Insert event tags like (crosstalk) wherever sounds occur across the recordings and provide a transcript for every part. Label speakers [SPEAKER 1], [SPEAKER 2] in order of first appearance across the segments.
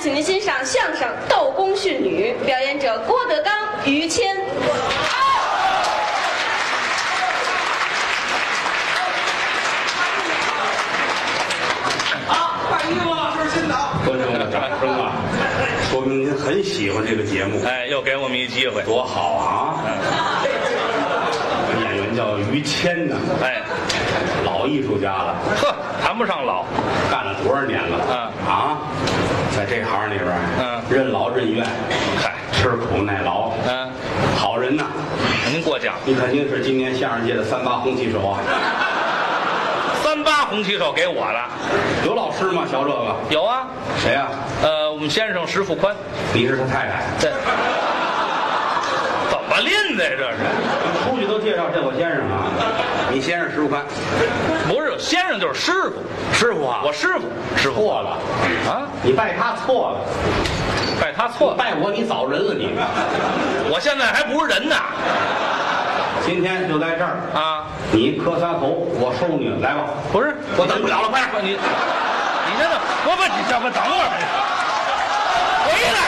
[SPEAKER 1] 请您欣赏相声《斗公训女》，表演者郭德纲、于谦。
[SPEAKER 2] 啊，看衣服，这是新党。
[SPEAKER 3] 观众们掌声啊！说明您很喜欢这个节目，
[SPEAKER 4] 哎，又给我们一机会，
[SPEAKER 3] 多好啊！演员叫于谦呢，
[SPEAKER 4] 哎，
[SPEAKER 3] 老艺术家了，
[SPEAKER 4] 呵，谈不上老，
[SPEAKER 3] 干了多少年了？
[SPEAKER 4] 嗯
[SPEAKER 3] 啊，在这行里边，
[SPEAKER 4] 嗯
[SPEAKER 3] 任劳任怨，
[SPEAKER 4] 嗨，
[SPEAKER 3] 吃苦耐劳，
[SPEAKER 4] 嗯，
[SPEAKER 3] 好人呐！
[SPEAKER 4] 您过奖，
[SPEAKER 3] 你肯定是今年相声界的三八红旗手啊！
[SPEAKER 4] 三八红旗手给我了，
[SPEAKER 3] 有老师吗？学这个
[SPEAKER 4] 有啊，
[SPEAKER 3] 谁呀、
[SPEAKER 4] 呃，我们先生石富宽，
[SPEAKER 3] 你是他太太，
[SPEAKER 4] 这怎么拎的呀？这是
[SPEAKER 3] 出去都介绍这我先生啊，你先生师傅看，
[SPEAKER 4] 不是先生就是师傅？
[SPEAKER 3] 师傅啊
[SPEAKER 4] 我师傅，师傅
[SPEAKER 3] 错了，
[SPEAKER 4] 啊，
[SPEAKER 3] 你拜他错了。
[SPEAKER 4] 拜他错了，
[SPEAKER 3] 拜我，你早人了你。
[SPEAKER 4] 我现在还不是人呢
[SPEAKER 3] 今天就在这儿，
[SPEAKER 4] 啊，
[SPEAKER 3] 你磕三头，我收你了，来吧。
[SPEAKER 4] 不是，
[SPEAKER 3] 我等不了了，快点！
[SPEAKER 4] 你，你先等，不不，你先不等会儿，回来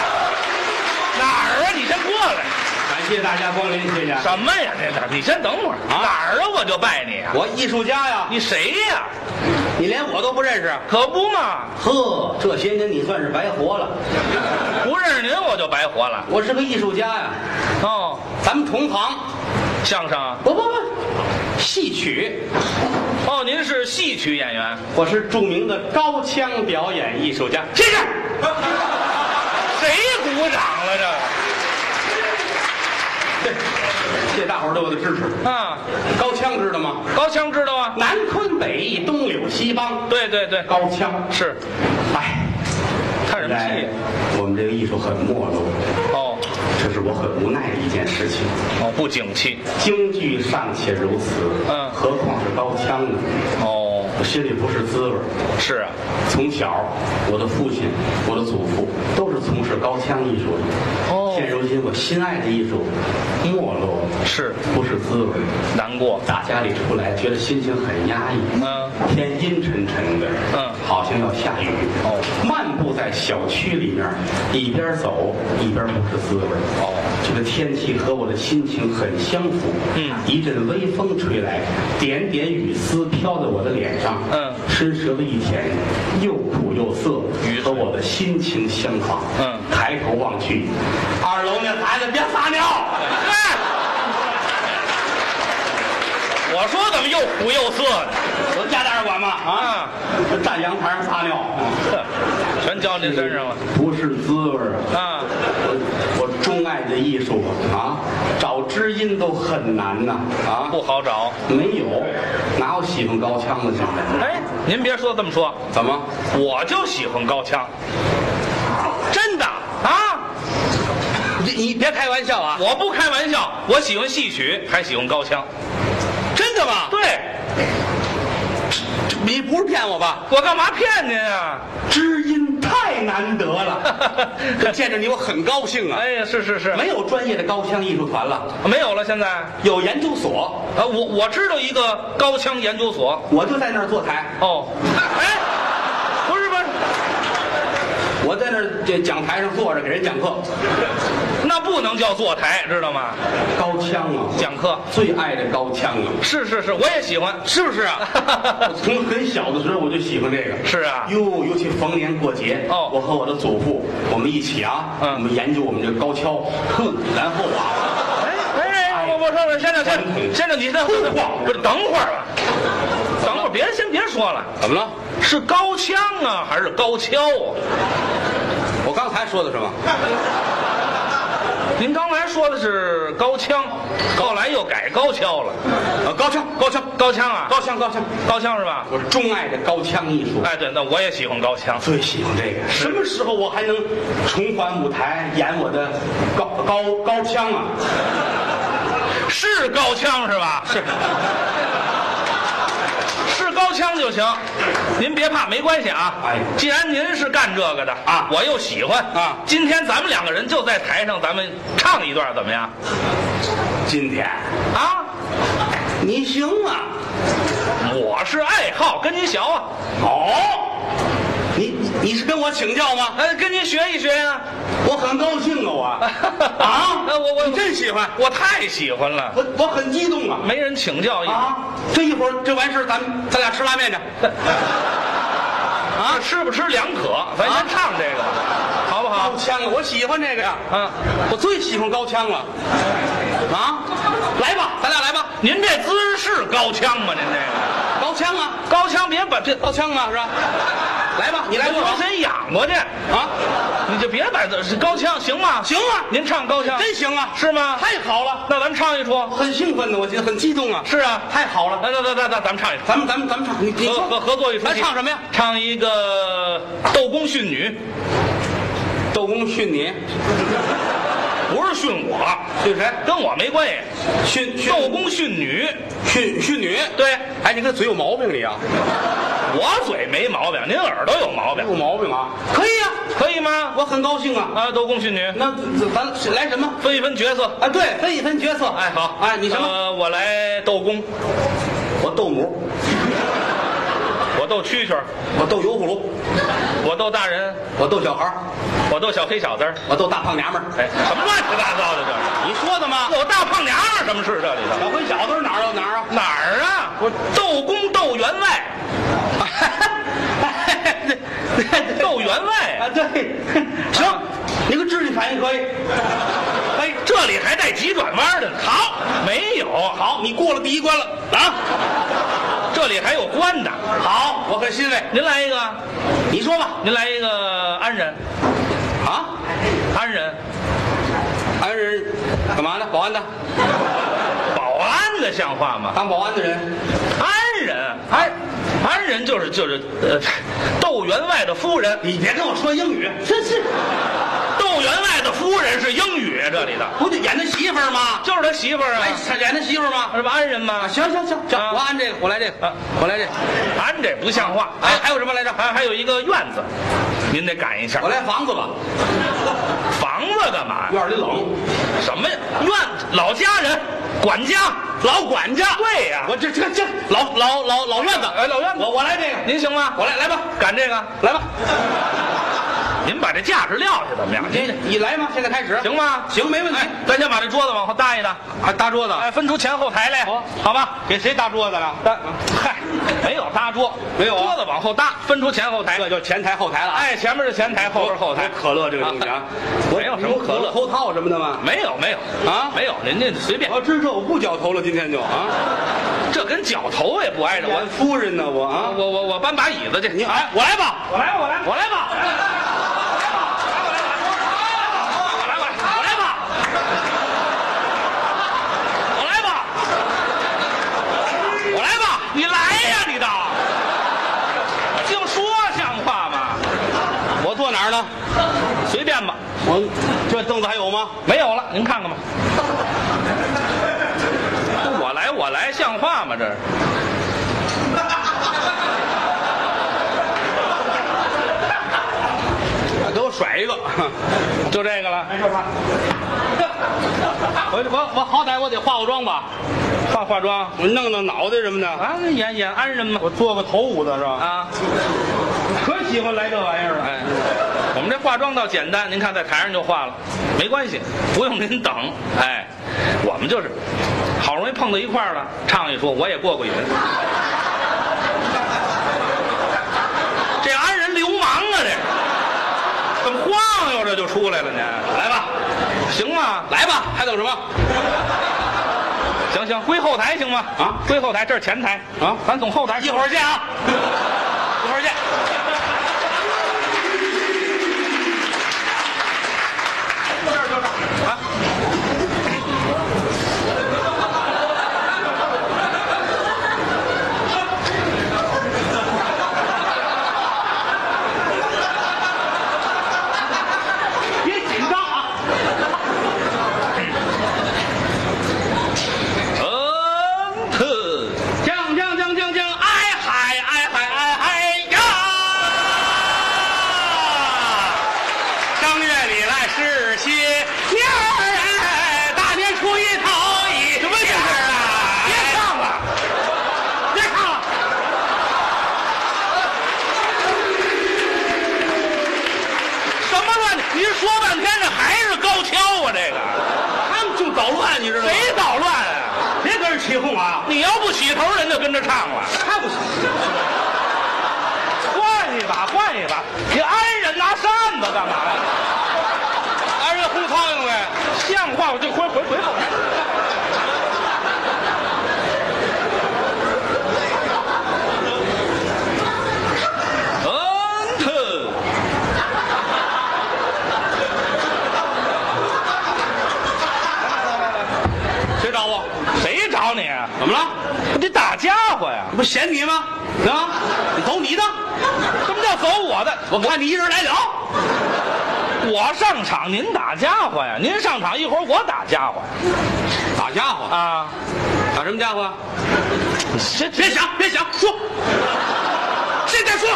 [SPEAKER 4] 哪儿啊？你先过来。
[SPEAKER 3] 感谢大家光临，谢啊谢。
[SPEAKER 4] 什么呀？这这，你先等会儿，哪儿啊？我就拜你啊！
[SPEAKER 3] 我艺术家呀，
[SPEAKER 4] 你谁呀？
[SPEAKER 3] 你连我都不认识。
[SPEAKER 4] 可不嘛，
[SPEAKER 3] 呵，这些年你算是白活了。
[SPEAKER 4] 不认识您我就白活了。
[SPEAKER 3] 我是个艺术家呀，
[SPEAKER 4] 哦，
[SPEAKER 3] 咱们同行。
[SPEAKER 4] 相声啊
[SPEAKER 3] 不不不，戏曲，
[SPEAKER 4] 哦，您是戏曲演员，
[SPEAKER 3] 我是著名的高腔表演艺术家。谢谢。
[SPEAKER 4] 谁鼓掌了这？
[SPEAKER 3] 谢谢大伙儿对我的支持。
[SPEAKER 4] 啊，
[SPEAKER 3] 高腔知道吗？
[SPEAKER 4] 高腔知道啊？
[SPEAKER 3] 南昆北东柳西帮，
[SPEAKER 4] 对对对，
[SPEAKER 3] 高腔。
[SPEAKER 4] 是
[SPEAKER 3] 哎，
[SPEAKER 4] 看什么戏？
[SPEAKER 3] 我们这个艺术很没落，
[SPEAKER 4] 哦
[SPEAKER 3] 这是我很无奈的一件事情。
[SPEAKER 4] 哦，不景气
[SPEAKER 3] 京剧尚且如此，
[SPEAKER 4] 嗯
[SPEAKER 3] 何况是高腔呢？
[SPEAKER 4] 哦，
[SPEAKER 3] 我心里不是滋味儿。
[SPEAKER 4] 是啊，
[SPEAKER 3] 从小，我的父亲、我的祖父都是从事高腔艺术的。
[SPEAKER 4] 哦
[SPEAKER 3] 现如今我心爱的艺术没落了，
[SPEAKER 4] 是
[SPEAKER 3] 不是滋味儿？
[SPEAKER 4] 难过。
[SPEAKER 3] 打家里出来，觉得心情很压抑。
[SPEAKER 4] 嗯
[SPEAKER 3] 天阴沉沉的，
[SPEAKER 4] 嗯
[SPEAKER 3] 好像要下雨。
[SPEAKER 4] 哦，
[SPEAKER 3] 漫步在小区里面，一边走一边不是滋味。
[SPEAKER 4] 哦，
[SPEAKER 3] 这个天气和我的心情很相符。
[SPEAKER 4] 嗯
[SPEAKER 3] 一阵微风吹来，点点雨丝飘在我的脸上。
[SPEAKER 4] 嗯
[SPEAKER 3] 伸舌头一舔，又苦又涩
[SPEAKER 4] 雨，
[SPEAKER 3] 和我的心情相仿。
[SPEAKER 4] 嗯
[SPEAKER 3] 抬头望去，二楼那孩子别撒尿。
[SPEAKER 4] 哎，我说怎么又苦又涩的？
[SPEAKER 3] 我家大二管吗？啊，站阳台上撒尿，
[SPEAKER 4] 呵全浇您身上了
[SPEAKER 3] 不是滋味儿啊！
[SPEAKER 4] 啊！
[SPEAKER 3] 我我钟爱的艺术啊，找知音都很难呐啊！
[SPEAKER 4] 不好找。
[SPEAKER 3] 没有，哪有喜欢高腔的现在？
[SPEAKER 4] 哎，您别说这么说，
[SPEAKER 3] 怎么？
[SPEAKER 4] 我就喜欢高腔，真的啊！
[SPEAKER 3] 你你别开玩笑啊！
[SPEAKER 4] 我不开玩笑，我喜欢戏曲，还喜欢高腔。
[SPEAKER 3] 真的吗？
[SPEAKER 4] 对，
[SPEAKER 3] 你不是骗我吧？
[SPEAKER 4] 我干嘛骗您啊？ (laughs)
[SPEAKER 3] 知音太难得 (laughs) 了，这见着你我很高兴啊！
[SPEAKER 4] 哎呀，是是是，
[SPEAKER 3] 没有专业的高腔艺术团了，
[SPEAKER 4] 没有了，现在
[SPEAKER 3] 有研究所，
[SPEAKER 4] 啊，我我知道一个高腔研究所
[SPEAKER 3] 我就在那儿坐台。
[SPEAKER 4] 哦，哎，不是不是，
[SPEAKER 3] 我在那儿这讲台上坐着给人讲课，
[SPEAKER 4] 那不能叫坐台，知道吗？
[SPEAKER 3] 高腔啊，
[SPEAKER 4] 讲课
[SPEAKER 3] 最爱这高腔啊，
[SPEAKER 4] 是是是，我也喜欢，是不是
[SPEAKER 3] 我
[SPEAKER 4] 啊？ (laughs)
[SPEAKER 3] 从很小的时候我就喜欢这个。
[SPEAKER 4] 是啊
[SPEAKER 3] 哟，尤其逢年过节，
[SPEAKER 4] 哦
[SPEAKER 3] 我和我的祖父我们一起啊，
[SPEAKER 4] 嗯
[SPEAKER 3] 我们研究我们这高跷，哼，然后啊，
[SPEAKER 4] 哎哎哎，我我说先生，先生，先生，你等不是等会儿吧？等会儿，别先别说了，
[SPEAKER 3] 怎么了？
[SPEAKER 4] 是高腔啊还是高跷啊？
[SPEAKER 3] 我刚才说的什么？
[SPEAKER 4] 您刚才说的是高腔，后来又改高跷了，
[SPEAKER 3] 啊，高腔，高腔，
[SPEAKER 4] 高腔啊，
[SPEAKER 3] (laughs) 高腔，高腔，
[SPEAKER 4] 高腔是吧？
[SPEAKER 3] 我钟爱这高腔艺术。
[SPEAKER 4] 哎，对，那我也喜欢高腔。
[SPEAKER 3] 最喜欢这个，什么时候我还能重返舞台演我的高高高腔啊？
[SPEAKER 4] 是高腔是吧？是，是高腔就行，您别怕，没关系啊。
[SPEAKER 3] 哎
[SPEAKER 4] 既然您是干这个的
[SPEAKER 3] 啊
[SPEAKER 4] 我又喜欢
[SPEAKER 3] 啊
[SPEAKER 4] 今天咱们两个人就在台上，咱们唱一段怎么样？
[SPEAKER 3] 今天
[SPEAKER 4] 啊，
[SPEAKER 3] 你行啊？
[SPEAKER 4] 我是爱好，跟您学啊。
[SPEAKER 3] 哦，你你是跟我请教吗？
[SPEAKER 4] 呃，跟您学一学呀、
[SPEAKER 3] 我很高兴
[SPEAKER 4] (laughs)
[SPEAKER 3] 啊，我啊，
[SPEAKER 4] 呃我我
[SPEAKER 3] 你真喜欢，
[SPEAKER 4] 我太喜欢了，
[SPEAKER 3] 我我很激动啊
[SPEAKER 4] 没人请教一下
[SPEAKER 3] 啊！这一会儿这完事儿，咱们咱俩吃拉面去。
[SPEAKER 4] 啊，吃不吃两可，咱先唱这个，
[SPEAKER 3] 啊
[SPEAKER 4] 好不好
[SPEAKER 3] 高？腔了，我喜欢这个呀，
[SPEAKER 4] 嗯，
[SPEAKER 3] 我最喜欢高腔了。啊，来吧，咱俩来吧，
[SPEAKER 4] 您这姿势是高腔吗？您这个
[SPEAKER 3] 高腔啊，
[SPEAKER 4] 高腔别把这，哦
[SPEAKER 3] 高腔嘛啊是吧？来吧，你来多
[SPEAKER 4] 我
[SPEAKER 3] 少
[SPEAKER 4] 往谁仰过去啊？你就别摆这是高腔行吗？
[SPEAKER 3] 行啊
[SPEAKER 4] 您唱高腔
[SPEAKER 3] 真行啊，
[SPEAKER 4] 是吗？
[SPEAKER 3] 太好了，
[SPEAKER 4] 那咱们唱一出，
[SPEAKER 3] 很兴奋呢，我觉得很激动啊。
[SPEAKER 4] 是啊，
[SPEAKER 3] 太好了，
[SPEAKER 4] 那那那那那咱们唱一出。
[SPEAKER 3] 咱们咱们咱们唱，你你
[SPEAKER 4] 合合
[SPEAKER 3] 说
[SPEAKER 4] 合作一出戏，
[SPEAKER 3] 咱唱什么呀？
[SPEAKER 4] 唱一个《斗公训女
[SPEAKER 3] 窦公训你，》，
[SPEAKER 4] 不是训我，
[SPEAKER 3] 训谁？
[SPEAKER 4] 跟我没关系。
[SPEAKER 3] 训训
[SPEAKER 4] 斗公训女，
[SPEAKER 3] 训训女。
[SPEAKER 4] 对
[SPEAKER 3] 哎，你这嘴有毛病你啊，
[SPEAKER 4] 我嘴没毛病，您耳朵有毛病
[SPEAKER 3] 有，毛病啊？可以啊，
[SPEAKER 4] 可以吗？
[SPEAKER 3] 我很高兴啊。
[SPEAKER 4] 啊，斗公训女，
[SPEAKER 3] 那咱咱来什么？
[SPEAKER 4] 分一分角色。
[SPEAKER 3] 啊，对，分一分角色。
[SPEAKER 4] 哎，好，
[SPEAKER 3] 哎，你什么？
[SPEAKER 4] 呃我来斗公，
[SPEAKER 3] 我斗母，
[SPEAKER 4] 我斗蛐蛐儿，
[SPEAKER 3] 我斗油葫芦，
[SPEAKER 4] 我斗大人，
[SPEAKER 3] 我斗小孩儿，
[SPEAKER 4] 我斗小黑小子儿。
[SPEAKER 3] 我斗大胖娘们儿。
[SPEAKER 4] 哎，什么乱七八糟的这
[SPEAKER 3] 你说的吗
[SPEAKER 4] 是？？有大胖娘们儿什么事？这里头
[SPEAKER 3] 小黑小子哪儿有哪儿啊？
[SPEAKER 4] 哪儿啊？我斗公斗员
[SPEAKER 3] (laughs)
[SPEAKER 4] 外，斗员
[SPEAKER 3] 啊，(laughs)
[SPEAKER 4] 外，
[SPEAKER 3] 对，行，啊你个智力反应可以。
[SPEAKER 4] 哎，这里还带急转弯的呢。好，没有好，
[SPEAKER 3] 你过了第一关了，
[SPEAKER 4] 啊，这里还有关的。
[SPEAKER 3] 好，我很欣慰。
[SPEAKER 4] 您来一个，
[SPEAKER 3] 你说吧，
[SPEAKER 4] 您来一个安仁，
[SPEAKER 3] 啊，
[SPEAKER 4] 安仁，
[SPEAKER 3] 安人干嘛呢？保安的，
[SPEAKER 4] 保安的像话吗？
[SPEAKER 3] 当保安的人，
[SPEAKER 4] 安仁，安安仁就是就是呃，窦员外的夫人，
[SPEAKER 3] 你别跟我说英语，这是
[SPEAKER 4] 窦员外的夫人是英语啊这里的，
[SPEAKER 3] 不就演他媳妇儿吗？
[SPEAKER 4] 就是他媳妇儿啊
[SPEAKER 3] 哎，，他演他媳妇儿吗？
[SPEAKER 4] 是吧？安仁吗
[SPEAKER 3] 啊，？行行行行，
[SPEAKER 4] 啊
[SPEAKER 3] 我按这个，我来这
[SPEAKER 4] 啊
[SPEAKER 3] 个，我来这个，
[SPEAKER 4] 安这不像话。
[SPEAKER 3] 哎，还有什么来着？
[SPEAKER 4] 还还有一个院子，您得赶一下
[SPEAKER 3] 我。来房子吧，
[SPEAKER 4] 房子干嘛？
[SPEAKER 3] 院里冷，
[SPEAKER 4] 什么呀？院老家人，管家，老管家。对呀、
[SPEAKER 3] 我这这这老老老老院子，
[SPEAKER 4] 哎老院子
[SPEAKER 3] 我我来这个，
[SPEAKER 4] 您行吗？
[SPEAKER 3] 我来来吧，
[SPEAKER 4] 赶这个，
[SPEAKER 3] 来吧，
[SPEAKER 4] 您把这架势撂下，怎么样？
[SPEAKER 3] 你你来吗？现在开始，
[SPEAKER 4] 行吗？哎
[SPEAKER 3] 行，没问题。
[SPEAKER 4] 咱先把这桌子往后搭一搭，
[SPEAKER 3] 还搭桌子？
[SPEAKER 4] 哎，分出前后台来，
[SPEAKER 3] 好
[SPEAKER 4] 好吧？
[SPEAKER 3] 给谁搭桌子了？
[SPEAKER 4] 搭，嗨，没有搭桌，
[SPEAKER 3] 哎没有啊
[SPEAKER 4] 桌子往后搭，分出前后台。
[SPEAKER 3] 这就前台后台了。，啊
[SPEAKER 4] 哎，前面是前台，后边是后台。
[SPEAKER 3] 可乐这个东西啊，
[SPEAKER 4] 没有什么可乐
[SPEAKER 3] 头套什么的吗？
[SPEAKER 4] 没有没有
[SPEAKER 3] 啊
[SPEAKER 4] 没有，您这随便
[SPEAKER 3] 我，要知这啊我不绞头了，今天就啊。
[SPEAKER 4] 这跟脚头也不挨着。
[SPEAKER 3] 我
[SPEAKER 4] 我
[SPEAKER 3] 夫人呢？我啊，
[SPEAKER 4] 我我我搬把椅子去。
[SPEAKER 3] 你哎，我来吧，
[SPEAKER 4] 我来，我来，我来吧，我来吧，我来，我来，我来吧，我来吧，我来吧，你来呀，你倒，净说像话吗？
[SPEAKER 3] 我坐哪儿呢？
[SPEAKER 4] 随便吧，
[SPEAKER 3] 我这凳子还有吗？
[SPEAKER 4] 没有了，您看看吧。我来，我来，像话吗？这是。
[SPEAKER 3] 给我啊甩一个，
[SPEAKER 4] 就这个了，
[SPEAKER 3] 我我我好歹我得化化妆吧，哎
[SPEAKER 4] 化化妆
[SPEAKER 3] 我弄弄脑袋什么的。
[SPEAKER 4] 啊，演演安人嘛
[SPEAKER 3] 我做个头舞的是吧？
[SPEAKER 4] 啊，
[SPEAKER 3] 可喜欢来这玩意儿了。
[SPEAKER 4] 哎，我们这化妆倒简单，您看在台上就化了，没关系，不用您等，哎，我们就是好容易碰到一块儿了，唱一出我也过过瘾。这安人流氓啊，这怎么晃悠着就出来了呢？来吧，行吗？
[SPEAKER 3] 来吧，还等什么？
[SPEAKER 4] 行行，归后台行吗？
[SPEAKER 3] 啊，
[SPEAKER 4] 归后台，这是前台
[SPEAKER 3] 啊
[SPEAKER 4] 咱从后台
[SPEAKER 3] 一会儿见啊，一会儿见。
[SPEAKER 4] 别紧张啊！嗯，特将将将将将，哎嗨哎嗨哎嗨呀！正月里来是新年儿哎，大年初一头一什么年儿啊？别唱了，别唱了。您说半天这还是高跷啊？这个
[SPEAKER 3] 他们净捣乱，你知道吗？
[SPEAKER 4] 谁捣乱啊？
[SPEAKER 3] 别跟人起哄啊！
[SPEAKER 4] 你要不起头，人就跟着唱了。
[SPEAKER 3] 他不行，
[SPEAKER 4] 换一把，换一把，你安人拿扇子干嘛呀？安人轰苍蝇呗，像话！我就回回回后台。嗯特
[SPEAKER 3] 谁找我？
[SPEAKER 4] 谁找你啊？
[SPEAKER 3] 怎么了？
[SPEAKER 4] 我得打家伙呀！
[SPEAKER 3] 这不嫌你吗？啊，你走你的，
[SPEAKER 4] 什么叫走我的？
[SPEAKER 3] 我看你一人来了。
[SPEAKER 4] 我上场，您打家伙呀！您上场一会儿，我打家伙呀！
[SPEAKER 3] 打家伙，
[SPEAKER 4] 啊，
[SPEAKER 3] 打什么家伙啊？
[SPEAKER 4] 这这
[SPEAKER 3] 别想，别想，说，现在说。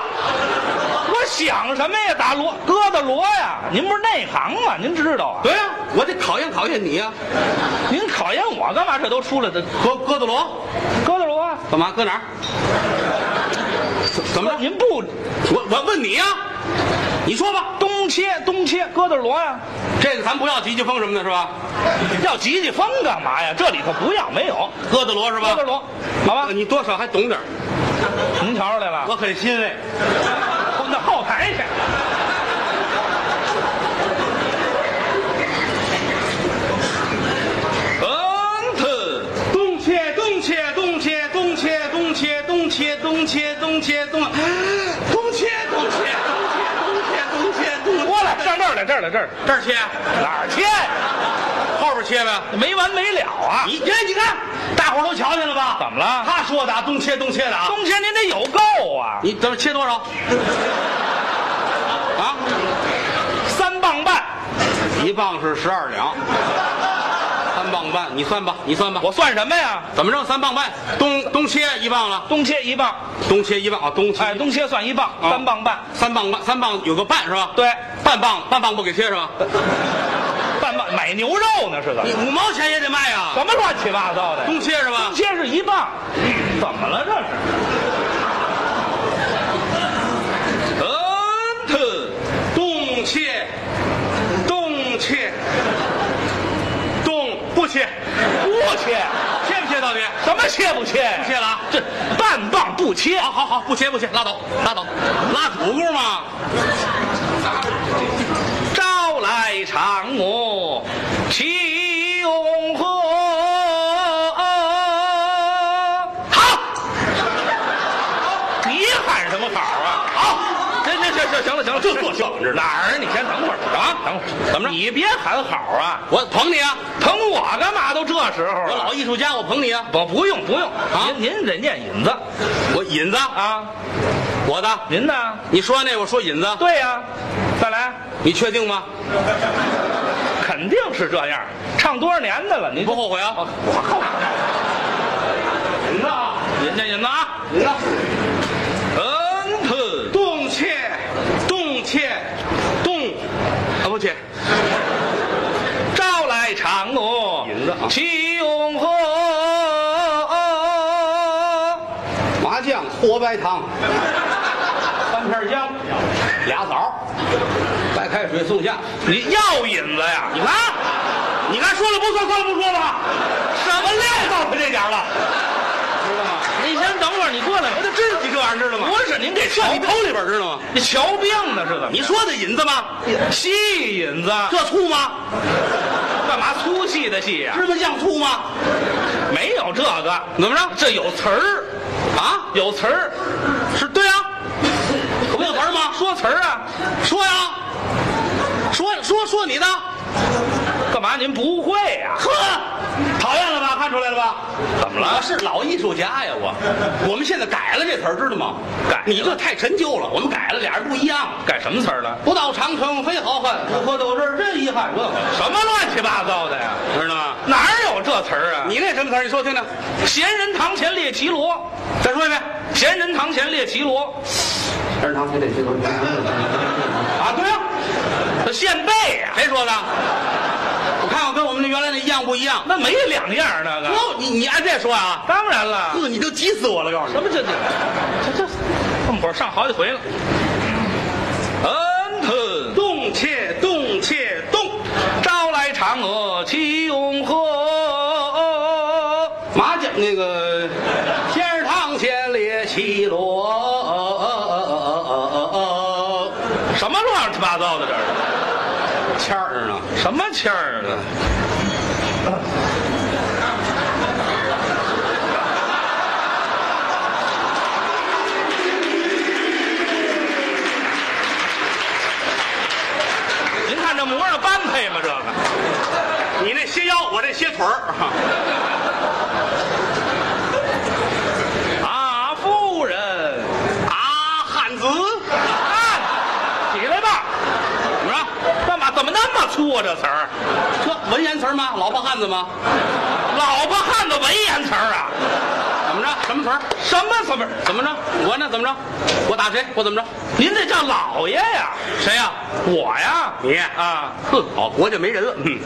[SPEAKER 4] 我想什么呀？打锣疙瘩锣呀！您不是内行吗？您知道啊？
[SPEAKER 3] 对呀、我得考验考验你呀、
[SPEAKER 4] 您考验我干嘛？这都出来的
[SPEAKER 3] 哥哥德罗
[SPEAKER 4] 疙瘩锣啊，
[SPEAKER 3] 干嘛？搁哪儿？怎怎么着？
[SPEAKER 4] 您不
[SPEAKER 3] 我我问你呀、你说吧。
[SPEAKER 4] 东切东切疙瘩锣呀、
[SPEAKER 3] 这个咱不要急急风什么的，是吧？
[SPEAKER 4] 要急急风干嘛呀？这里头不要没有
[SPEAKER 3] 哥德罗是
[SPEAKER 4] 疙瘩
[SPEAKER 3] 吧？啊嗯
[SPEAKER 4] 锣，好吧？
[SPEAKER 3] 你多少还懂点儿
[SPEAKER 4] 您瞧出来了，
[SPEAKER 3] 我很欣慰。嗯
[SPEAKER 4] 我到后台去。嗯特
[SPEAKER 3] 东切东切东切东切东切东切东切东切东，东切东切东切东切东切
[SPEAKER 4] 过来，上这儿来，这儿来，这儿来
[SPEAKER 3] 这儿切，
[SPEAKER 4] 哪儿切呀？
[SPEAKER 3] 后边切呗。
[SPEAKER 4] 没完没了啊！
[SPEAKER 3] (laughs) 你哎，你看，大伙儿都瞧见了吧？
[SPEAKER 4] 怎么了
[SPEAKER 3] 他说的啊，东切东切的啊。
[SPEAKER 4] 中间您得有够啊，
[SPEAKER 3] 你怎么切多少？ (laughs) 啊，
[SPEAKER 4] 三磅半，
[SPEAKER 3] 一磅是十二两，三磅半，你算吧，你算吧。
[SPEAKER 4] 我算什么呀？
[SPEAKER 3] 怎么着？三磅半，东东切一磅了，
[SPEAKER 4] 东切一磅，
[SPEAKER 3] 东切一磅啊，东切一
[SPEAKER 4] 哎，东切算一磅，
[SPEAKER 3] 啊
[SPEAKER 4] 三磅半，
[SPEAKER 3] 三磅半，三磅有个半是吧？，
[SPEAKER 4] 对，
[SPEAKER 3] 半磅半磅不给切是吧？
[SPEAKER 4] 半磅买牛肉呢是怎么
[SPEAKER 3] 你？五毛钱也得卖啊，
[SPEAKER 4] 什么乱七八糟的？
[SPEAKER 3] 东切是吧
[SPEAKER 4] 东？切是一磅，怎么了这是？嗯，特
[SPEAKER 3] 东切，东切，东不切，
[SPEAKER 4] 不切，
[SPEAKER 3] 切不切到底？
[SPEAKER 4] 什么切不切？
[SPEAKER 3] 不切了啊，
[SPEAKER 4] 这半磅不切，
[SPEAKER 3] 好好好，不切不切，拉倒拉倒，拉土工嘛。
[SPEAKER 4] 朝来长我齐永和。
[SPEAKER 3] 哦
[SPEAKER 4] 好，你喊什么好啊？好，行行行行行了行了，就
[SPEAKER 3] 作秀你知道
[SPEAKER 4] 哪儿啊？你先等会儿啊，等会儿，怎么着？你别喊好啊，
[SPEAKER 3] 我捧你啊，
[SPEAKER 4] 捧我干嘛？都这时候
[SPEAKER 3] 我
[SPEAKER 4] 了，
[SPEAKER 3] 老艺术家，我捧你啊，
[SPEAKER 4] 不不用不用
[SPEAKER 3] 啊
[SPEAKER 4] 您您得念引子
[SPEAKER 3] 我引子，
[SPEAKER 4] 啊，
[SPEAKER 3] 我的，
[SPEAKER 4] 您呢？
[SPEAKER 3] 你说那我说引子，
[SPEAKER 4] 对呀、再来，
[SPEAKER 3] 你确定吗？
[SPEAKER 4] 肯定是这样，唱多少年的了，您
[SPEAKER 3] 不后悔啊？
[SPEAKER 4] 我靠！人呐，人家人呐，人呐，嗯特
[SPEAKER 3] 动切，动切，动，啊不切，
[SPEAKER 4] 招来长奴，
[SPEAKER 3] 银子啊
[SPEAKER 4] 齐永和。
[SPEAKER 3] 麻酱、活白糖、三片姜、俩枣、白开水送下。
[SPEAKER 4] 你要引子呀？
[SPEAKER 3] 你看，你看，说了不算，算了不说吧，
[SPEAKER 4] 什么
[SPEAKER 3] 练
[SPEAKER 4] 料？
[SPEAKER 3] 到了这点儿了，知道吗？
[SPEAKER 4] 你先等会儿，你过来，我
[SPEAKER 3] 这知你这玩意儿知道吗？
[SPEAKER 4] 不是您给瞧
[SPEAKER 3] 你头里边儿知道吗？
[SPEAKER 4] 你瞧病呢是怎么？
[SPEAKER 3] 你说的引子吗？
[SPEAKER 4] 戏引子，
[SPEAKER 3] 这醋吗？
[SPEAKER 4] 干嘛粗细的细呀、
[SPEAKER 3] 芝麻酱醋吗？
[SPEAKER 4] 没有这个，
[SPEAKER 3] 怎么着？
[SPEAKER 4] 这有词儿，
[SPEAKER 3] 啊，
[SPEAKER 4] 有词儿，
[SPEAKER 3] 是对啊，
[SPEAKER 4] 不
[SPEAKER 3] 有词儿吗
[SPEAKER 4] 说词儿啊。
[SPEAKER 3] 说呀，说说说你的，
[SPEAKER 4] 干嘛？您不会呀、
[SPEAKER 3] 呵，讨厌了吧？看出来了吧？
[SPEAKER 4] 怎么
[SPEAKER 3] 我？是老艺术家呀，我我们现在改了这词儿，知道吗？
[SPEAKER 4] 改了
[SPEAKER 3] 你这太陈旧了，我们改了，俩人不一样。
[SPEAKER 4] 改什么词儿了？
[SPEAKER 3] 不到长城非好汉，不喝豆汁儿真遗憾。问我
[SPEAKER 4] 什么乱七八糟的呀？
[SPEAKER 3] 知道吗？
[SPEAKER 4] 哪儿有这词儿啊？
[SPEAKER 3] 你那什么词儿？你说听啊听。
[SPEAKER 4] 闲人堂前列绮罗，
[SPEAKER 3] 再说一遍。
[SPEAKER 4] 闲人堂前列绮罗，
[SPEAKER 3] 二堂非得去啊，对呀、
[SPEAKER 4] 这献贝呀、
[SPEAKER 3] 谁说的？我看看跟我们那原来那一样不一样？
[SPEAKER 4] 那没两样儿那个。
[SPEAKER 3] 哦，你你按这说啊，
[SPEAKER 4] 当然了，
[SPEAKER 3] 呵，你都急死我了，告诉你
[SPEAKER 4] 什。么这这这这，这么会儿上好几回了。嗯特
[SPEAKER 3] 动切动
[SPEAKER 4] 什么乱七八糟的这是？
[SPEAKER 3] 签儿呢？
[SPEAKER 4] 什么签儿啊？您看这模样般配吗？这个
[SPEAKER 3] 你那歇腰，我这歇腿儿。
[SPEAKER 4] 啊，夫人，
[SPEAKER 3] 啊，汉子，
[SPEAKER 4] 干起来吧！怎么着？干嘛？怎么那么粗啊？这词儿，
[SPEAKER 3] 这文言词儿吗？老婆汉子吗？
[SPEAKER 4] 老婆汉子文言词儿啊？
[SPEAKER 3] 怎么着？什么词儿？
[SPEAKER 4] 什么什么？
[SPEAKER 3] 怎么着？我呢？怎么着？我打谁？我怎么着？
[SPEAKER 4] 您这叫老爷呀？
[SPEAKER 3] 谁呀、
[SPEAKER 4] 我呀？
[SPEAKER 3] 你
[SPEAKER 4] 啊？
[SPEAKER 3] 哼，好，国家没人了。嗯，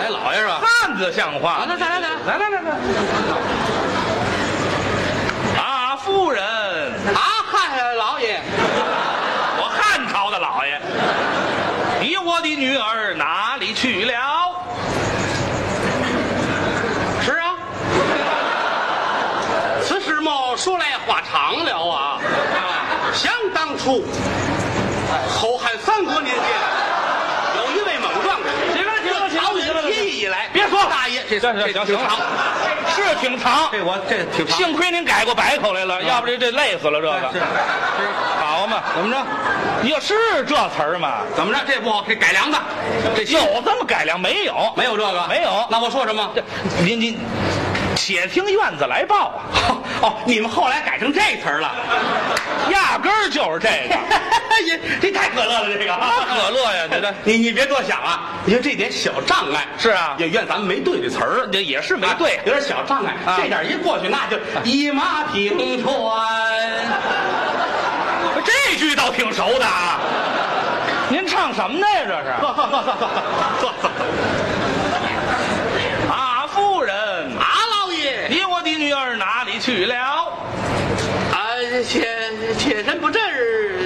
[SPEAKER 3] 来老爷是吧？
[SPEAKER 4] 汉子像话。
[SPEAKER 3] 来来来来
[SPEAKER 4] 来来来来。啊，夫人，
[SPEAKER 3] 啊，嗨，老爷，
[SPEAKER 4] 我汉朝的老爷，你我的女儿哪里去了？
[SPEAKER 3] 是啊。 (laughs) 此事么，说来话长了啊。想当初，后汉三国年间，有一位猛将军，
[SPEAKER 4] 行了行了行了
[SPEAKER 3] 朝
[SPEAKER 4] 行了
[SPEAKER 3] 野一以来，
[SPEAKER 4] 别说了
[SPEAKER 3] 大爷，这
[SPEAKER 4] 这
[SPEAKER 3] 这
[SPEAKER 4] 这
[SPEAKER 3] 挺
[SPEAKER 4] 行
[SPEAKER 3] 长，
[SPEAKER 4] 是挺长，啊
[SPEAKER 3] 这我这挺长。
[SPEAKER 4] 幸亏您改过白口来了，要不这这累死了这
[SPEAKER 3] 是
[SPEAKER 4] 个。
[SPEAKER 3] 是，
[SPEAKER 4] 好嘛，
[SPEAKER 3] 怎么着？
[SPEAKER 4] 哟，是这词儿吗？
[SPEAKER 3] 怎么着？这不好，这改良的，这新
[SPEAKER 4] 有这么改良没有？
[SPEAKER 3] 没有这个，
[SPEAKER 4] 没有
[SPEAKER 3] 那我说什么？
[SPEAKER 4] 这您您，且听院子来报啊，
[SPEAKER 3] 哦，你们后来改成这词儿了， (laughs)
[SPEAKER 4] 压根儿就是这 (laughs) 个。
[SPEAKER 3] 也这太可乐了，这
[SPEAKER 4] 那
[SPEAKER 3] 个。
[SPEAKER 4] 可乐呀，这这
[SPEAKER 3] 你你别多想啊，因为这点小障碍
[SPEAKER 4] 是啊
[SPEAKER 3] 也怨咱们没对这词儿，
[SPEAKER 4] 这也是没对
[SPEAKER 3] 啊，有点小障碍
[SPEAKER 4] 啊，
[SPEAKER 3] 这点一过去那就一马平川。
[SPEAKER 4] (laughs) 这句倒挺熟的啊。您唱什么呢呀？这是
[SPEAKER 3] 坐坐坐坐坐坐坐
[SPEAKER 4] 啊，夫人，
[SPEAKER 3] 啊，老爷，
[SPEAKER 4] 你我的女儿哪里去了？
[SPEAKER 3] 啊，且且身不正，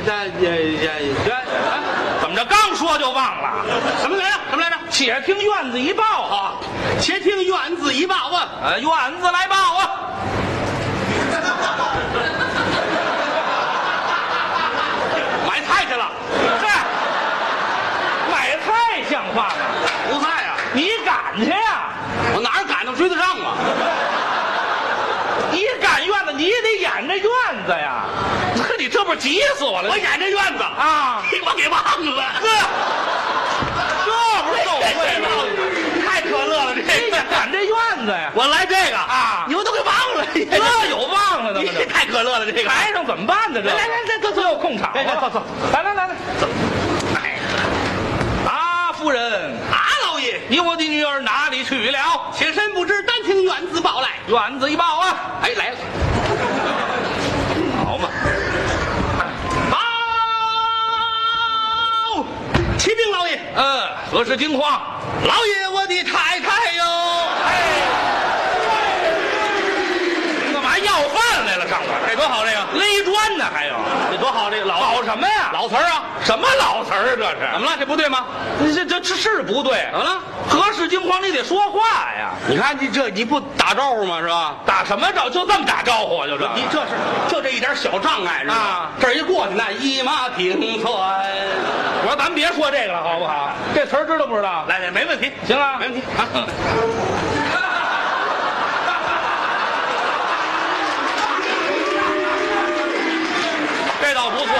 [SPEAKER 3] 那也也也啊，
[SPEAKER 4] 怎么着？刚说就忘了？
[SPEAKER 3] 什么来着？什么来着？
[SPEAKER 4] 且听院子一报啊，
[SPEAKER 3] 啊，且听院子一报问。
[SPEAKER 4] 呃，院子来报啊。
[SPEAKER 3] 买菜去了，
[SPEAKER 4] 嗨，买菜像话吗？
[SPEAKER 3] 不菜啊！
[SPEAKER 4] 你赶去啊呀、
[SPEAKER 3] 我哪儿赶得追得上啊？
[SPEAKER 4] 你赶院子，你也得演这院子呀。呵，你这不是急死我了
[SPEAKER 3] 我演这院子，
[SPEAKER 4] 啊？
[SPEAKER 3] 我给忘了。
[SPEAKER 4] 这不是受贿吗？
[SPEAKER 3] 太可乐了，
[SPEAKER 4] 你
[SPEAKER 3] 这个
[SPEAKER 4] 得赶这院子呀。
[SPEAKER 3] 我来这个
[SPEAKER 4] 啊
[SPEAKER 3] 你们哎都给忘了，
[SPEAKER 4] 这有啊忘了的吗？
[SPEAKER 3] 这 (laughs) 太可乐了，这个
[SPEAKER 4] 台上怎么办呢？这
[SPEAKER 3] 来来来
[SPEAKER 4] 这这又控场
[SPEAKER 3] 来来
[SPEAKER 4] 了，
[SPEAKER 3] 坐坐
[SPEAKER 4] 来来来来，走。哎啊，夫人，
[SPEAKER 3] 啊，老爷，
[SPEAKER 4] 你我的女儿哪里去了？
[SPEAKER 3] 妾身不知，单听院子报来。
[SPEAKER 4] 院子一报啊，
[SPEAKER 3] 哎，来了，
[SPEAKER 4] 好嘛，
[SPEAKER 3] 报，启禀老爷，
[SPEAKER 4] 嗯，何时惊慌？
[SPEAKER 3] 老爷，我的太太哟。
[SPEAKER 4] 哎你干嘛要饭来了？上我这多好，这个勒砖呢，还有
[SPEAKER 3] 这多好，这个老
[SPEAKER 4] 老什么呀？
[SPEAKER 3] 老词儿啊，
[SPEAKER 4] 什么老词儿？这是
[SPEAKER 3] 怎么了？这不对吗？
[SPEAKER 4] 你这这这是不对，
[SPEAKER 3] 怎么了？
[SPEAKER 4] 何事惊慌？你得说话呀！
[SPEAKER 3] 你看你这你不打招呼吗？是吧？
[SPEAKER 4] 打什么招？就这么打招呼啊？就这个
[SPEAKER 3] 你这是就这一点小障碍是吧？
[SPEAKER 4] 啊
[SPEAKER 3] 这儿一过去那一马平川，
[SPEAKER 4] 我说咱们别说这个了，好不好？这词儿知道不知道？
[SPEAKER 3] 来来没问题，
[SPEAKER 4] 行啊
[SPEAKER 3] 没，问题啊。
[SPEAKER 4] 这倒不错。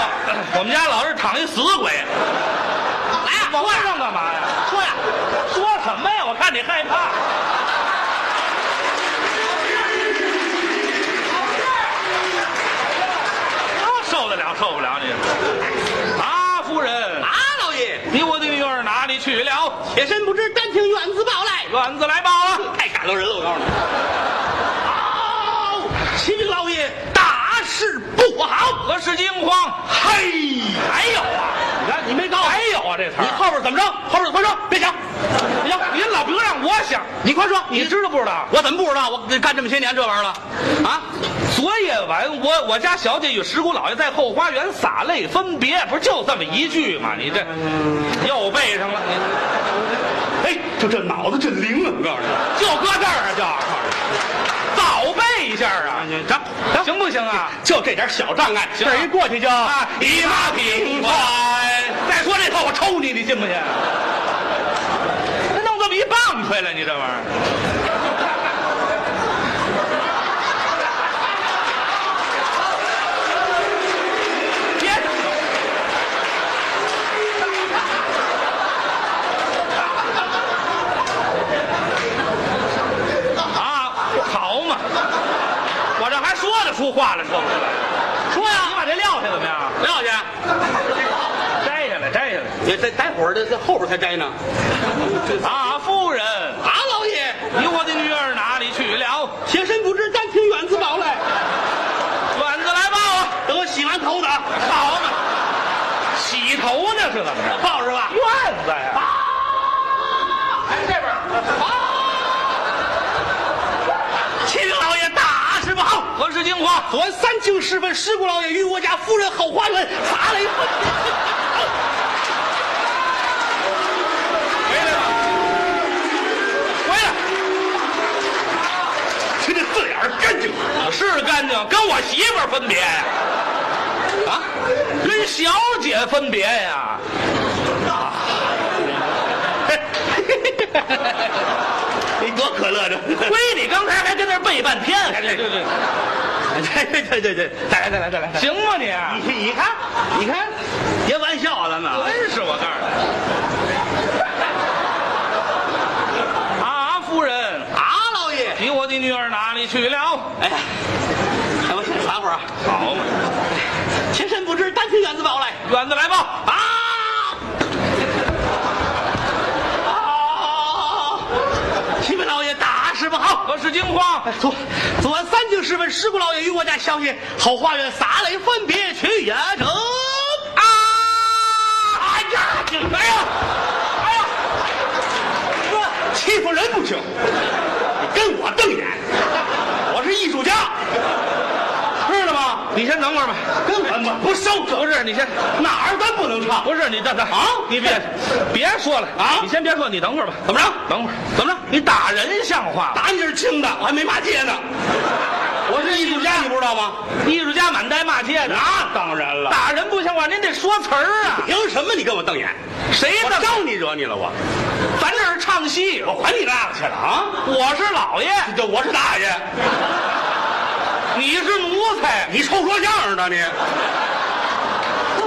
[SPEAKER 4] 我们家老是躺一死鬼，
[SPEAKER 3] 来呀，
[SPEAKER 4] 往外上干嘛呀？
[SPEAKER 3] 说呀，
[SPEAKER 4] 说什么呀？我看你害怕。这啊受得了，受不了你。啊，夫人，
[SPEAKER 3] 啊，老爷，
[SPEAKER 4] 你我的女儿哪里去了？
[SPEAKER 3] 妾身不知，单听院子报来。
[SPEAKER 4] 院子来报啊！
[SPEAKER 3] 太感动人了，我告诉你。好，启禀老爷，大事不好。
[SPEAKER 4] 何事惊慌？
[SPEAKER 3] 嘿，
[SPEAKER 4] 还有啊，
[SPEAKER 3] 你看你没告诉我
[SPEAKER 4] 还有啊，这词
[SPEAKER 3] 你
[SPEAKER 4] 儿。
[SPEAKER 3] 后边怎么着？后边快说，别想，别想，
[SPEAKER 4] 您老别让我想，
[SPEAKER 3] 你快说，
[SPEAKER 4] 你知道不知道？
[SPEAKER 3] 我怎么不知道？我干这么些年这玩意儿了，啊？
[SPEAKER 4] 昨夜晚我我家小姐与石姑老爷在后花园洒泪分别，不是就这么一句吗？你这又背上了，你
[SPEAKER 3] 哎，就这脑子真灵啊！我告诉你，
[SPEAKER 4] 就搁这儿啊，就早背一下啊，
[SPEAKER 3] 行，
[SPEAKER 4] 行不行啊？
[SPEAKER 3] 就这点小障碍，
[SPEAKER 4] 行啊
[SPEAKER 3] 这儿一过去就
[SPEAKER 4] 啊
[SPEAKER 3] 一马平川。
[SPEAKER 4] 地里进不去？那弄这么一棒槌来，你这玩意儿，别啊，好嘛，我这还说得出话来，说不出来。说呀，你把这撂下怎么样？
[SPEAKER 3] 撂下，
[SPEAKER 4] 摘下来，摘下来。
[SPEAKER 3] 你这待会儿这这后边才摘呢。
[SPEAKER 4] 啊，夫人，
[SPEAKER 3] 啊，老爷，
[SPEAKER 4] 你我的女儿哪里去了？
[SPEAKER 3] 妾身不知，但听远子报来。
[SPEAKER 4] 管子来抱啊！
[SPEAKER 3] 等我洗完头的啊，
[SPEAKER 4] 好嘛，洗头呢是怎么着？
[SPEAKER 3] 抱是吧？
[SPEAKER 4] 院子呀，
[SPEAKER 3] 哎，这边请老爷大事不好。
[SPEAKER 4] 何时惊慌？
[SPEAKER 3] 昨晚三更时分，石鼓老爷与我家夫人后花园砸了一盆。
[SPEAKER 4] 回来吧，回来！
[SPEAKER 3] 瞧这字眼儿干净
[SPEAKER 4] 我啊是干净，跟我媳妇儿分别呀，
[SPEAKER 3] 啊！
[SPEAKER 4] 跟小姐分别呀。
[SPEAKER 3] 你多可乐着！
[SPEAKER 4] 亏你刚才还跟那儿背半天，对对对，
[SPEAKER 3] 对对对对，再来再来再来！
[SPEAKER 4] 行吗你？
[SPEAKER 3] 你你看你看，别玩笑啊，咱们
[SPEAKER 4] 真是我告诉你。啊，夫人，
[SPEAKER 3] 啊，老爷，
[SPEAKER 4] 你我的女儿哪里去了？
[SPEAKER 3] 哎呀，哎我先撒会儿啊！
[SPEAKER 4] 好嘛，
[SPEAKER 3] 妾身不知，但听远子报来。
[SPEAKER 4] 院子来吧。
[SPEAKER 3] 啊！啊！启禀老爷，大事不好！
[SPEAKER 4] 何时惊慌？
[SPEAKER 3] 昨昨晚三更时分，石鼓老爷与我家小姐后花园洒泪分别去也成。啊！哎呀，哎呀，哎呀，哥，欺负人不行，你跟我瞪眼，我是艺术家，知道吗？
[SPEAKER 4] 你先等会儿吧。
[SPEAKER 3] 根本我不收，
[SPEAKER 4] 不是，你先，
[SPEAKER 3] 哪儿咱不能唱？
[SPEAKER 4] 不是你等等
[SPEAKER 3] 啊
[SPEAKER 4] 你别别说了
[SPEAKER 3] 啊
[SPEAKER 4] 你先别说，你等会儿吧。
[SPEAKER 3] 怎么着？
[SPEAKER 4] 等会儿，
[SPEAKER 3] 怎么着？
[SPEAKER 4] 你打人像话吗？
[SPEAKER 3] 打你是轻的，我还没骂街呢。我是艺术家，你不知道吗？
[SPEAKER 4] 艺术家满带骂街的，
[SPEAKER 3] 那当然了。
[SPEAKER 4] 打人不像话，您得说词儿啊。
[SPEAKER 3] 凭什么你跟我瞪眼？
[SPEAKER 4] 谁
[SPEAKER 3] 我
[SPEAKER 4] 的？
[SPEAKER 3] 招你惹你了？我
[SPEAKER 4] 咱这是唱戏，
[SPEAKER 3] 我还你那个去了啊！
[SPEAKER 4] 我是老爷，
[SPEAKER 3] 这我是大爷，
[SPEAKER 4] 你是奴才，
[SPEAKER 3] 你臭说相声呢你？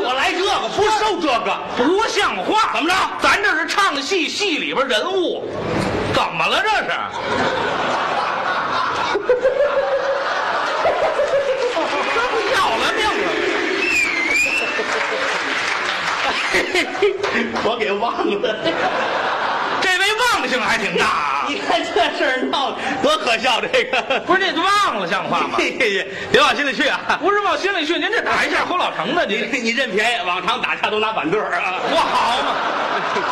[SPEAKER 3] 我来这个不收这个，
[SPEAKER 4] 不像话。
[SPEAKER 3] 怎么着
[SPEAKER 4] 咱这是唱戏，戏里边人物，怎么了这是？
[SPEAKER 3] 这不要了
[SPEAKER 4] 啊
[SPEAKER 3] 命了！我给忘了，
[SPEAKER 4] 这位忘性还挺大啊！
[SPEAKER 3] (laughs) 你看这事儿闹 (laughs) 的多可笑，这个。
[SPEAKER 4] 不是这忘了像话吗？
[SPEAKER 3] 嘿嘿嘿，别往心里去啊！
[SPEAKER 4] 不是往心里去，您这打一下后脑疼的，您
[SPEAKER 3] 你你认便宜，往常打架都拿板凳儿啊！
[SPEAKER 4] 不好嘛？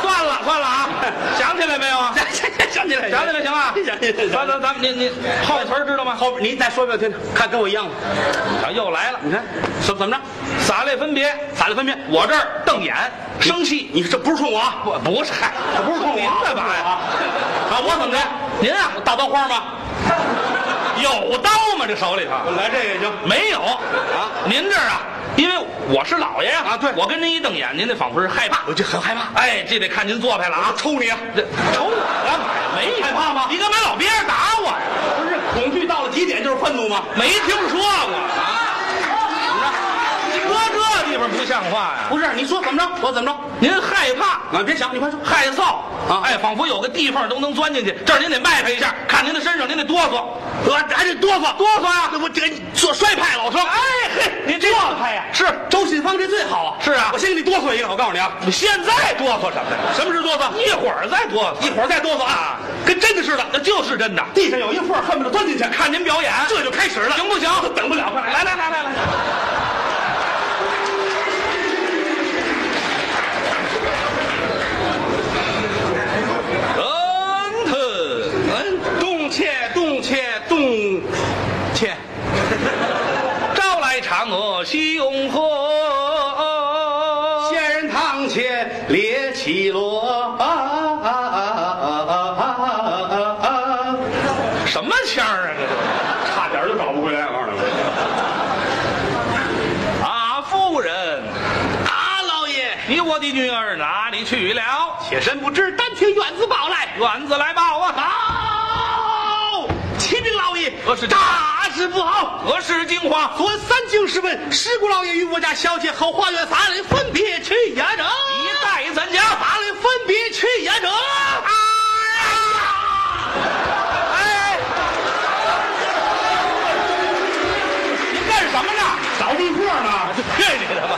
[SPEAKER 4] 算了算了啊， (laughs) 想起来没有啊？
[SPEAKER 3] (laughs) 想起来，
[SPEAKER 4] (laughs) 想起来行啊？
[SPEAKER 3] 想起来，
[SPEAKER 4] 咱咱咱们您您后词儿知道吗？
[SPEAKER 3] 后边你再说一遍听听，看跟我一样吗？
[SPEAKER 4] 啊又来了，
[SPEAKER 3] 你看怎怎么着？
[SPEAKER 4] 洒泪分别，
[SPEAKER 3] 咋的分辨？
[SPEAKER 4] 我这儿瞪眼生气，
[SPEAKER 3] 你这不是冲我啊，
[SPEAKER 4] 不不是，
[SPEAKER 3] 这不是冲我
[SPEAKER 4] 您
[SPEAKER 3] 啊，
[SPEAKER 4] 干嘛呀？
[SPEAKER 3] 啊，我怎么的？
[SPEAKER 4] 您啊，
[SPEAKER 3] 大刀花吗？
[SPEAKER 4] 有刀吗？这手里头？
[SPEAKER 3] 来这个也行。
[SPEAKER 4] 没有啊，您这儿啊，因为我是老爷呀
[SPEAKER 3] 啊对
[SPEAKER 4] 我跟您一瞪眼，您得仿佛是害怕
[SPEAKER 3] 我，就很害怕，
[SPEAKER 4] 哎，这得看您做派了啊。
[SPEAKER 3] 抽你啊！
[SPEAKER 4] 这瞅我干嘛呀？没有
[SPEAKER 3] 害怕吗
[SPEAKER 4] 你干嘛老憋着打我呀？
[SPEAKER 3] 不是恐惧到了极点就是愤怒吗？
[SPEAKER 4] 没听说过啊？怎么着？搁这地方不像话呀！
[SPEAKER 3] 不是，你说怎么着？我怎么着？
[SPEAKER 4] 您害怕
[SPEAKER 3] 啊，别想，你快说。
[SPEAKER 4] 害臊
[SPEAKER 3] 啊
[SPEAKER 4] 哎，仿佛有个地方都能钻进去，这儿您得迈开一下，看您的身上您得哆嗦，
[SPEAKER 3] 我还得哆嗦
[SPEAKER 4] 哆嗦呀！
[SPEAKER 3] 那我这做衰派老生，
[SPEAKER 4] 哎嘿，您这
[SPEAKER 3] 做派呀
[SPEAKER 4] 是
[SPEAKER 3] 周信芳这最好啊。
[SPEAKER 4] 是啊
[SPEAKER 3] 我先给你哆嗦一个，我告诉你啊，
[SPEAKER 4] 现在哆嗦什么呀？
[SPEAKER 3] 什么是哆嗦？
[SPEAKER 4] 一会儿再哆嗦，
[SPEAKER 3] 一会儿再哆嗦啊，跟真的似的。
[SPEAKER 4] 那就是真的。
[SPEAKER 3] 地上有一缝，恨不得钻进去。
[SPEAKER 4] 看您表演，
[SPEAKER 3] 这就开始了，
[SPEAKER 4] 行不行？
[SPEAKER 3] 等不了，快来！
[SPEAKER 4] 来来来来来，恩特，
[SPEAKER 3] 嗯，动切，动切，动切，
[SPEAKER 4] 朝来嫦娥西拥河。
[SPEAKER 3] 仙人堂前列绮罗。啊啊啊啊啊啊啊！
[SPEAKER 4] 什么腔儿啊？这
[SPEAKER 3] 差点
[SPEAKER 4] 是
[SPEAKER 3] 就找不回来，我告诉你。
[SPEAKER 4] 啊，夫人，
[SPEAKER 3] 啊，老爷，
[SPEAKER 4] 你我国的女儿哪里去了？
[SPEAKER 3] 妾身不知，但请远子报来。
[SPEAKER 4] 院子来报啊！
[SPEAKER 3] 好，启禀老爷，
[SPEAKER 4] 我是
[SPEAKER 3] 大事不好！
[SPEAKER 4] 我是惊慌，
[SPEAKER 3] 昨三经试问，石姑老爷与我家小姐后花园三人分别去也者，
[SPEAKER 4] 一代怎讲？
[SPEAKER 3] 三人分别去也者。
[SPEAKER 4] 哎，您干什么呢？
[SPEAKER 5] 扫地破呢？
[SPEAKER 4] (laughs) 去你的吧！